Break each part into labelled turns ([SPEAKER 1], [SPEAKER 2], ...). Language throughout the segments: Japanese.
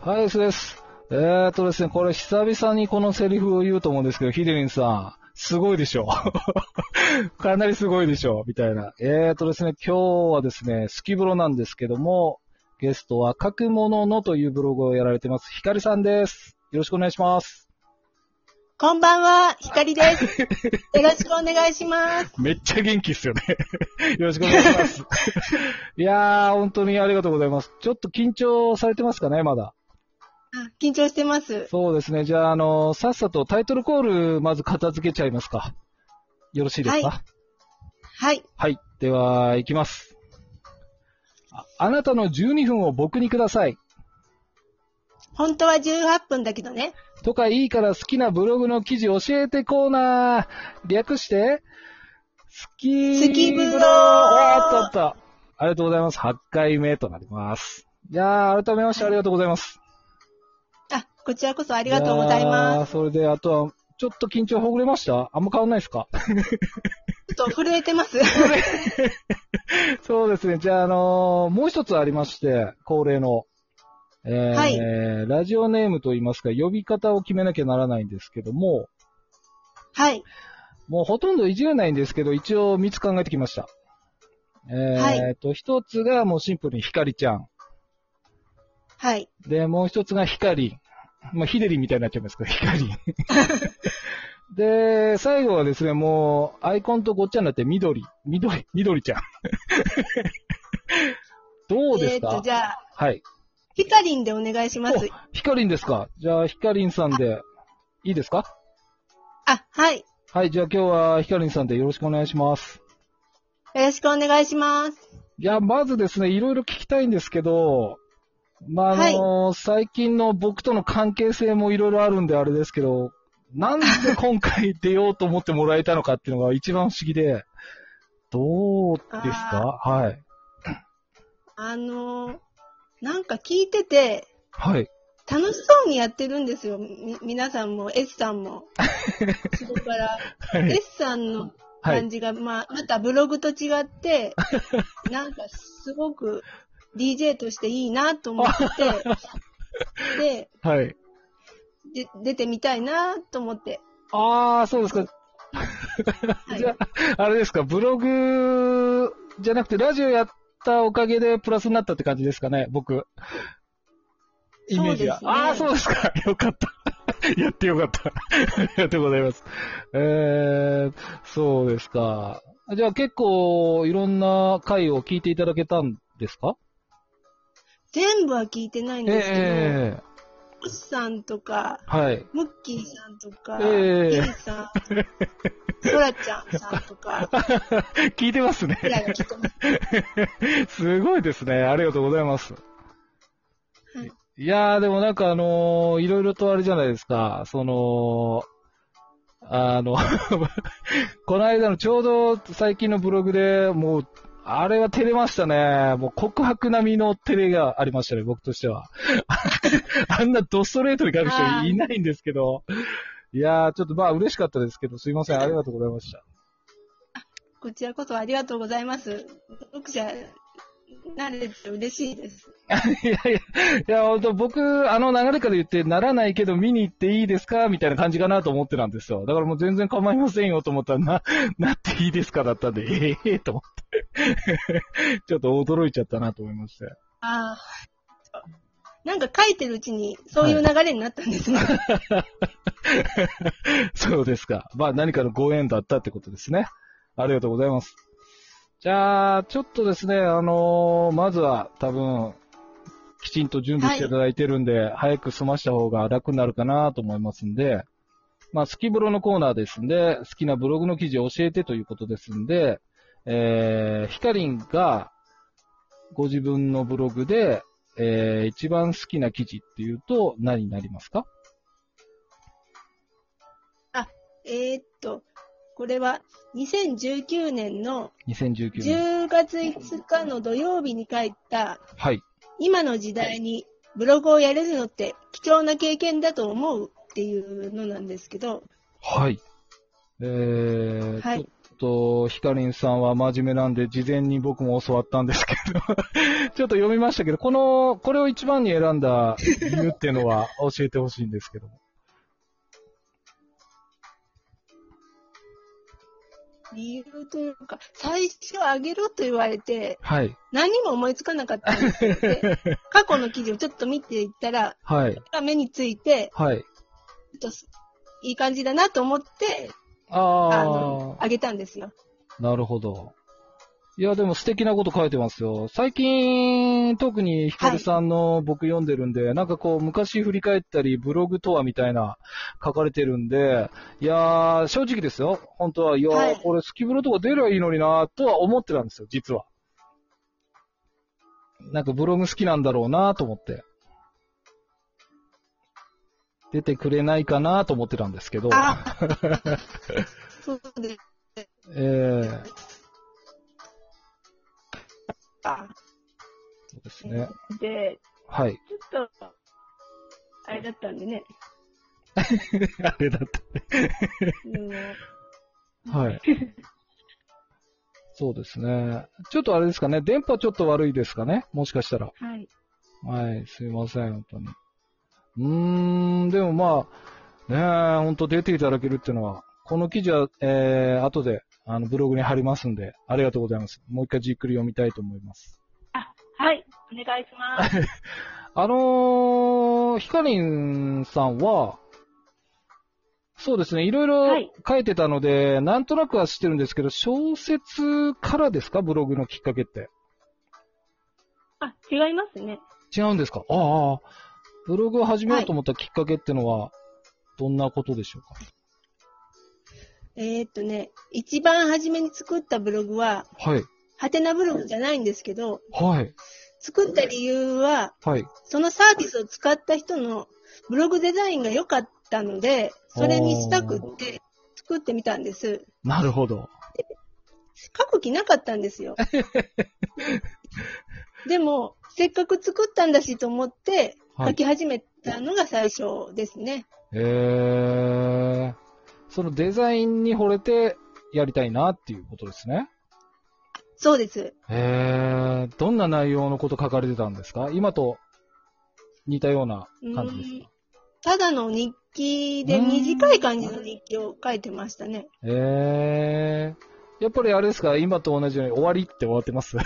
[SPEAKER 1] はい、ですです。えーっとですね、これ久々にこのセリフを言うと思うんですけど、ヒデリンさん、すごいでしょ。 かなりすごいでしょ、みたいな。えーっとですね、今日はですね、スキブロなんですけども、ゲストは書くもののというブログをやられてます、ヒカリさんです。よろしくお願いします。
[SPEAKER 2] こんばんは、ひかりです。よろしくお願いします。
[SPEAKER 1] めっちゃ元気っすよね。 よろしくお願いします。いやー、本当にありがとうございます。ちょっと緊張されてますかね、まだ。
[SPEAKER 2] あ緊張してます。
[SPEAKER 1] そうですね。じゃあ、あの、さっさとタイトルコール、まず片付けちゃいますか。よろしいですか
[SPEAKER 2] は
[SPEAKER 1] はい。
[SPEAKER 2] はい。
[SPEAKER 1] では、いきますあ。あなたの12分を僕にください。
[SPEAKER 2] 本当は18分だけどね。
[SPEAKER 1] とかいいから好きなブログの記事教えてコーナー。略して、好き
[SPEAKER 2] 好きブロ
[SPEAKER 1] おーっとっと。ありがとうございます。8回目となります。いやー、改めましてありがとうございます。
[SPEAKER 2] あ、こちらこそあ
[SPEAKER 1] あ。
[SPEAKER 2] りがとうございます
[SPEAKER 1] それで、あとは、ちょっと緊張ほぐれましたあんま変わんないですか
[SPEAKER 2] す。ちょっと震え てます。
[SPEAKER 1] そうですね。じゃあ、あのーもう一つありまして、恒例の。えー
[SPEAKER 2] はい
[SPEAKER 1] ラジオネームといいますか、呼び方を決めなきゃならないんですけども、
[SPEAKER 2] はい。
[SPEAKER 1] もうほとんどいじれないんですけど、一応3つ考えてきました。えー
[SPEAKER 2] は
[SPEAKER 1] と、一つがもうシンプルにひかりちゃん。
[SPEAKER 2] はい。
[SPEAKER 1] で、もう一つがヒカリン。まあ、ヒデリンみたいになっちゃいますけど、ヒカリ ン。で、最後はですね、もう、アイコンとごっちゃになって、緑。緑、緑 ちゃん。どうです
[SPEAKER 2] えー
[SPEAKER 1] か
[SPEAKER 2] と、、じゃあ、
[SPEAKER 1] はい。
[SPEAKER 2] ひかりんでお願いします。
[SPEAKER 1] ヒカリンですかじゃあ、ヒカリンさんで、いいですか
[SPEAKER 2] あ、はい。
[SPEAKER 1] はい、じゃあ今日はヒカリンさんでよろしくお願いします。
[SPEAKER 2] よろしくお願いします。
[SPEAKER 1] いや、まずですね、いろいろ聞きたいんですけど、まあ、あの最近の僕との関係性もいろいろあるんであれですけど、なんで今回出ようと思ってもらえたのかっていうのが一番不思議で、どうですかはい。
[SPEAKER 2] あのーなんか聞いてて、
[SPEAKER 1] はい。
[SPEAKER 2] 楽しそうにやってるんですよ。み、皆さんも、S さ んも。それから、
[SPEAKER 1] はい。
[SPEAKER 2] S さんの
[SPEAKER 1] は
[SPEAKER 2] 感
[SPEAKER 1] い。
[SPEAKER 2] じが、まあ、またブログと 違って、なんかすごく DJ としていいなと 思って、
[SPEAKER 1] はい。
[SPEAKER 2] で、で、出てみたいなと思って。
[SPEAKER 1] ああ、そうですか。
[SPEAKER 2] はい
[SPEAKER 1] じゃあ、あれですか、ブログじゃなくてラジオやったおかげでプラスになったって感じですかね、僕。イメージが。
[SPEAKER 2] そうですね
[SPEAKER 1] ああ、そうですか。 よかった。 やってよかった。 ありがとうございます。えー、そうですか。じゃあ結構いろんな回を聞いていただけたんですか
[SPEAKER 2] 全部は聞いてないんですけど、
[SPEAKER 1] え
[SPEAKER 2] 星さんとか
[SPEAKER 1] え、 はい。
[SPEAKER 2] ムッキーさんとか、
[SPEAKER 1] ええ
[SPEAKER 2] ゆりさん、そらちゃんさんとか、
[SPEAKER 1] 聞いてますね
[SPEAKER 2] ぐ。らいは聞いて ます。
[SPEAKER 1] すごいですね。ありがとうございます。
[SPEAKER 2] はい
[SPEAKER 1] いやー、でもなんかあのーいろいろとあれじゃないですか、その、あの、 この間のちょうど最近のブログでもう、あれは照れましたね。もう告白並みの照れがありましたね、僕としては。 あんなドストレートに書く人いないんですけど。いやー、ちょっとまあ嬉しかったですけど、すいません、ありがとうございました。
[SPEAKER 2] こちらこそありがとうございます。読者、慣れて嬉しいです。
[SPEAKER 1] いやいや、いや、本当僕、あの流れから言って、ならないけど見に行っていいですかみたいな感じかなと思ってたんですよ。だからもう全然構いませんよと思ったら、な、 なっていいですかだったんで、ええと思って。 ちょっと驚いちゃったなと思いまして。
[SPEAKER 2] ああ。なんか書いてるうちに、そういう流れになったんですね。
[SPEAKER 1] そうですか。まあ何かのご縁だったってことですね。ありがとうございます。じゃあ、ちょっとですね、あのーまずは多分、きちんと準備していただいてるんで、早く済ました方が楽になるかなと思いますんで、まあ、好きブロのコーナーですんで、好きなブログの記事を教えてということですんで、えー、ヒカリンがご自分のブログで、えー、一番好きな記事っていうと何になりますか
[SPEAKER 2] えーっと、これは2019年の
[SPEAKER 1] ?2019 年。
[SPEAKER 2] 10月5日の土曜日に書いた、
[SPEAKER 1] はい。
[SPEAKER 2] 今の時代にブログをやれるのって貴重な経験だと思うっていうのなんですけど、
[SPEAKER 1] はい。えー、
[SPEAKER 2] はい
[SPEAKER 1] ちょと、ヒカリンさんは真面目なんで、事前に僕も教わったんですけど、ち ょっと読みましたけど、この、これを一番に選んだ理由っていうのは教えてほしいんですけども。
[SPEAKER 2] 理由というか、最初あげろと言われて、
[SPEAKER 1] はい。
[SPEAKER 2] 何も思いつかなかったんですけど、で過去の記事をちょっと見ていったら、
[SPEAKER 1] はい。
[SPEAKER 2] 目について、
[SPEAKER 1] はい。
[SPEAKER 2] ちょっといい感じだなと思って、あ
[SPEAKER 1] あ
[SPEAKER 2] の、あげたんですよ。
[SPEAKER 1] あ、なるほど。いや、でも素敵なこと書いてますよ。最近、特にヒカルさんの僕読んでるんで、なんかこう、昔振り返ったり、ブログとはみたいな書かれてるんで、いやー、正直ですよ。本当は、いやー、
[SPEAKER 2] はい
[SPEAKER 1] これスキブロとか出りゃいいのになーとは思ってたんですよ、実は。なんかブログ好きなんだろうなーと思って。出てくれないかなーと思ってたんですけど。
[SPEAKER 2] あそうです
[SPEAKER 1] えー、
[SPEAKER 2] か。
[SPEAKER 1] そうですね。
[SPEAKER 2] で、
[SPEAKER 1] はい。
[SPEAKER 2] ちょっと、あれだったんでね。
[SPEAKER 1] あれだった。
[SPEAKER 2] うん
[SPEAKER 1] はい。そうですね。ちょっとあれですかね。電波ちょっと悪いですかね。もしかしたら。
[SPEAKER 2] はい。
[SPEAKER 1] はい。すいません、本当に。うーん、でもまあ、ねえ、本当出ていただけるっていうのは、この記事は、えー、後で、あの、ブログに貼りますんで、ありがとうございます。もう一回じっくり読みたいと思います。
[SPEAKER 2] はい、お願いします。
[SPEAKER 1] あのー、ヒカリンさんは、そうですね、いろいろ
[SPEAKER 2] はい
[SPEAKER 1] 書いてたので、なんとなくは知ってるんですけど、小説からですか、ブログのきっかけって。
[SPEAKER 2] あ、違いますね。
[SPEAKER 1] 違うんですかああああ、ブログを始めようと思ったきっかけってのは、どんなことでしょうか、
[SPEAKER 2] えーっとね、一番初めに作ったブログは、
[SPEAKER 1] はい、
[SPEAKER 2] ハテナブログじゃないんですけど、
[SPEAKER 1] はい、
[SPEAKER 2] 作った理由は、
[SPEAKER 1] はい。
[SPEAKER 2] そのサービスを使った人のブログデザインが良かったので、それにしたくって作ってみたんです。
[SPEAKER 1] なるほど。
[SPEAKER 2] 書く気なかったんで すよ。でも、せっかく作ったんだしと思って、
[SPEAKER 1] は
[SPEAKER 2] 書
[SPEAKER 1] い。
[SPEAKER 2] き始めたのが最初ですね。
[SPEAKER 1] えー、そのデザインに惚れてやりたいなっていうことですね。
[SPEAKER 2] そうです。
[SPEAKER 1] へえ、どんな内容のこと書かれてたんですか今と似たような感じですか
[SPEAKER 2] ただの日記で
[SPEAKER 1] うん
[SPEAKER 2] 短い感じの日記を書いてましたね。
[SPEAKER 1] へえ、やっぱりあれですか今と同じように終わりって終わってます
[SPEAKER 2] い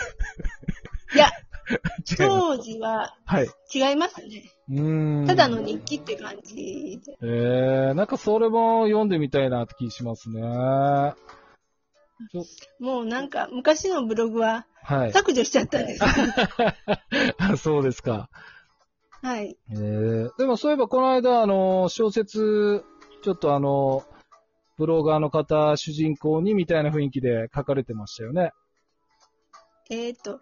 [SPEAKER 2] や、
[SPEAKER 1] 違います。
[SPEAKER 2] 当時は
[SPEAKER 1] はい。
[SPEAKER 2] 違いましたね。
[SPEAKER 1] うーん。
[SPEAKER 2] ただの日記って感じで。
[SPEAKER 1] えー、なんかそれも読んでみたいなって気しますね。は。
[SPEAKER 2] もうなんか昔のブログはい削除しちゃったんです。
[SPEAKER 1] あ そうですか。
[SPEAKER 2] はい。
[SPEAKER 1] えー、でもそういえばこの間、あの、小説、ちょっとあの、ブロガーの方、主人公にみたいな雰囲気で書かれてましたよね。
[SPEAKER 2] えっ、と、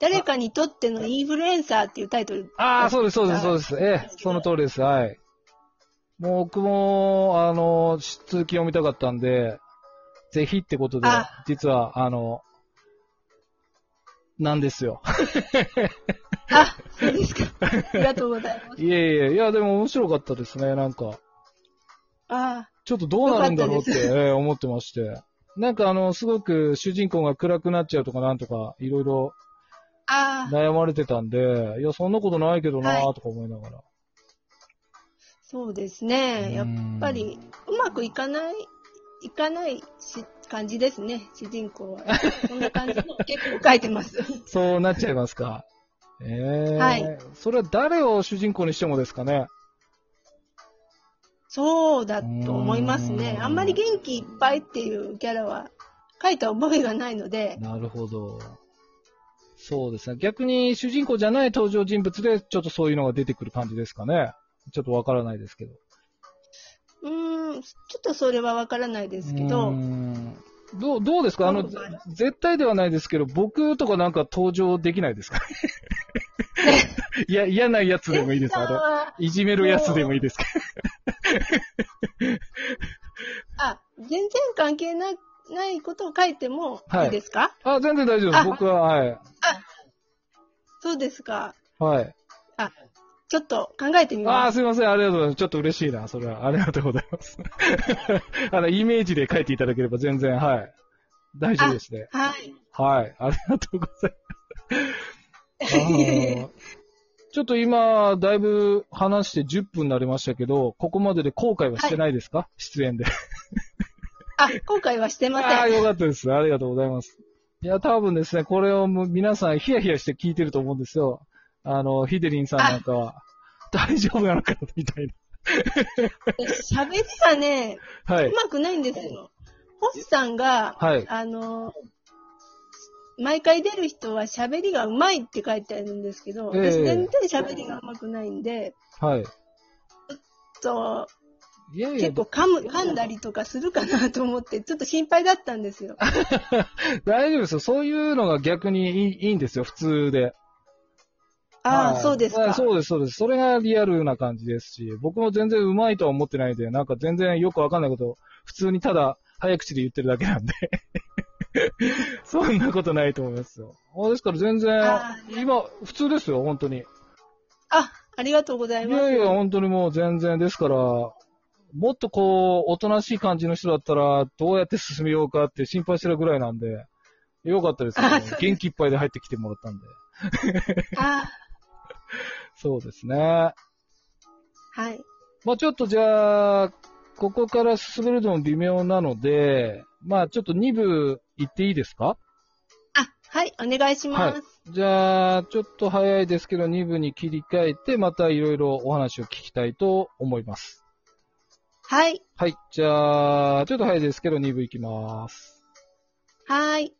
[SPEAKER 2] 誰かにとってのインフルエンサーっていうタイトル。
[SPEAKER 1] ああ、そうです、そうです、そうです。ええ、その通りです。はい。もう僕も、あの、続き読みたかったんで、ぜひってことで
[SPEAKER 2] あ、
[SPEAKER 1] 実は、あの、なんです よ。
[SPEAKER 2] あ、そうですか。ありがとうございます。
[SPEAKER 1] いえいえ、いや、でも面白かったですね、なんか。
[SPEAKER 2] あ
[SPEAKER 1] ちょっとどうなるんだろうって、
[SPEAKER 2] よかっ
[SPEAKER 1] ええ思ってまして。なんかあの、すごく主人公が暗くなっちゃうとかなんとか、いろいろ
[SPEAKER 2] あ、ああ、
[SPEAKER 1] 悩まれてたんで、いや、そんなことないけどなーとか思いながら。
[SPEAKER 2] そうですね。やっぱり、うまくいかない、いかないし感じですね、主人公は。そんな感じの結構書いてます。
[SPEAKER 1] そうなっちゃいますか。ええ
[SPEAKER 2] はい
[SPEAKER 1] それは誰を主人公にしてもですかね。
[SPEAKER 2] そうだと思いますね
[SPEAKER 1] う。ん
[SPEAKER 2] あんまり元気いっぱいっていうキャラは書いた覚えがないので、
[SPEAKER 1] なるほど。そうですね。逆に主人公じゃない登場人物で、ちょっとそういうのが出てくる感じですかね。ちょっとわからないですけど。
[SPEAKER 2] うーん、ちょっとそれはわからないですけ
[SPEAKER 1] うー
[SPEAKER 2] ど、
[SPEAKER 1] んどう、どうですかあの、
[SPEAKER 2] そう
[SPEAKER 1] ぜ
[SPEAKER 2] かな
[SPEAKER 1] 絶対ではないですけど、僕とかなんか登場できないですか いや、嫌なやつでもいいです。
[SPEAKER 2] レッ
[SPEAKER 1] あ
[SPEAKER 2] サー
[SPEAKER 1] の、
[SPEAKER 2] はい
[SPEAKER 1] じめるやつでもいいですか
[SPEAKER 2] あ、全然関係なないことを書いても
[SPEAKER 1] はい
[SPEAKER 2] いいですか、
[SPEAKER 1] あ、全然大丈夫です。
[SPEAKER 2] あ
[SPEAKER 1] 僕は、はい。
[SPEAKER 2] そうですか。
[SPEAKER 1] はい。
[SPEAKER 2] ちょっと考えてみ
[SPEAKER 1] あ
[SPEAKER 2] ま
[SPEAKER 1] あ、
[SPEAKER 2] す。
[SPEAKER 1] すいません。ありがとうございます。ちょっと嬉 しいな。それは。ありがとうございます。あの、イメージで書いていただければ全然、はい。大丈夫ですね。
[SPEAKER 2] はい。
[SPEAKER 1] はい。ありがとうございます。あ のちょっと今、だいぶ話して10分になりましたけど、ここまでで後悔はしてないですか、出演で。
[SPEAKER 2] あ、今回はしてま
[SPEAKER 1] ああ、
[SPEAKER 2] せん。
[SPEAKER 1] よかったです。ありがとうございます。いや、多分ですね、これをもう皆さんヒヤヒヤして聞いてると思うんですよ。あの、ヒデリンさんなんかは、大丈夫なのかなみたい
[SPEAKER 2] 喋りがね、
[SPEAKER 1] な。は
[SPEAKER 2] う
[SPEAKER 1] い。
[SPEAKER 2] まくないんですよ。星さんが、
[SPEAKER 1] はい。
[SPEAKER 2] あの、毎回出る人は喋りがうまいって書いてあるんですけど、
[SPEAKER 1] ええ
[SPEAKER 2] 私全然喋りがうまくないんで、
[SPEAKER 1] はい。
[SPEAKER 2] そう
[SPEAKER 1] いやいや
[SPEAKER 2] 結、構噛む、噛んだりとかするかなと思って、ちょっと心配だったんですよ。
[SPEAKER 1] 大丈夫ですよ。そういうのが逆にいいいいんですよ、普通で。
[SPEAKER 2] ああ、
[SPEAKER 1] はい
[SPEAKER 2] そうです
[SPEAKER 1] ま
[SPEAKER 2] か。
[SPEAKER 1] あそうです、そうです。それがリアルな感じですし、僕も全然うまいとは思ってないで、なんか全然よくわかんないことを、普通にただ早口で言ってるだけなんで。 そんなことないと思いますよ。あですから全然
[SPEAKER 2] あ、
[SPEAKER 1] 今、普通ですよ、本当に。
[SPEAKER 2] あ、ありがとうござい
[SPEAKER 1] い
[SPEAKER 2] ます。
[SPEAKER 1] やいや、本当にもう全然ですから、もっとこう、おとなしい感じの人だったら、どうやって進めようかって心配してるぐらいなんで、よかったですよ
[SPEAKER 2] あそうです
[SPEAKER 1] 元気いっぱいで入ってきてもらったんで。
[SPEAKER 2] あ
[SPEAKER 1] そうですね。
[SPEAKER 2] あ、はい。
[SPEAKER 1] まあちょっとじゃあ、ここから進めるのも微妙なので、まあちょっと2部行っていいですか
[SPEAKER 2] あ、はい、お願いします。
[SPEAKER 1] じゃあ、ちょっと早いですけど、2部に切り替えて、またいろいろお話を聞きたいと思います。
[SPEAKER 2] はい、
[SPEAKER 1] はい。じゃあ、ちょっと早いですけど、2部行きます。
[SPEAKER 2] はい。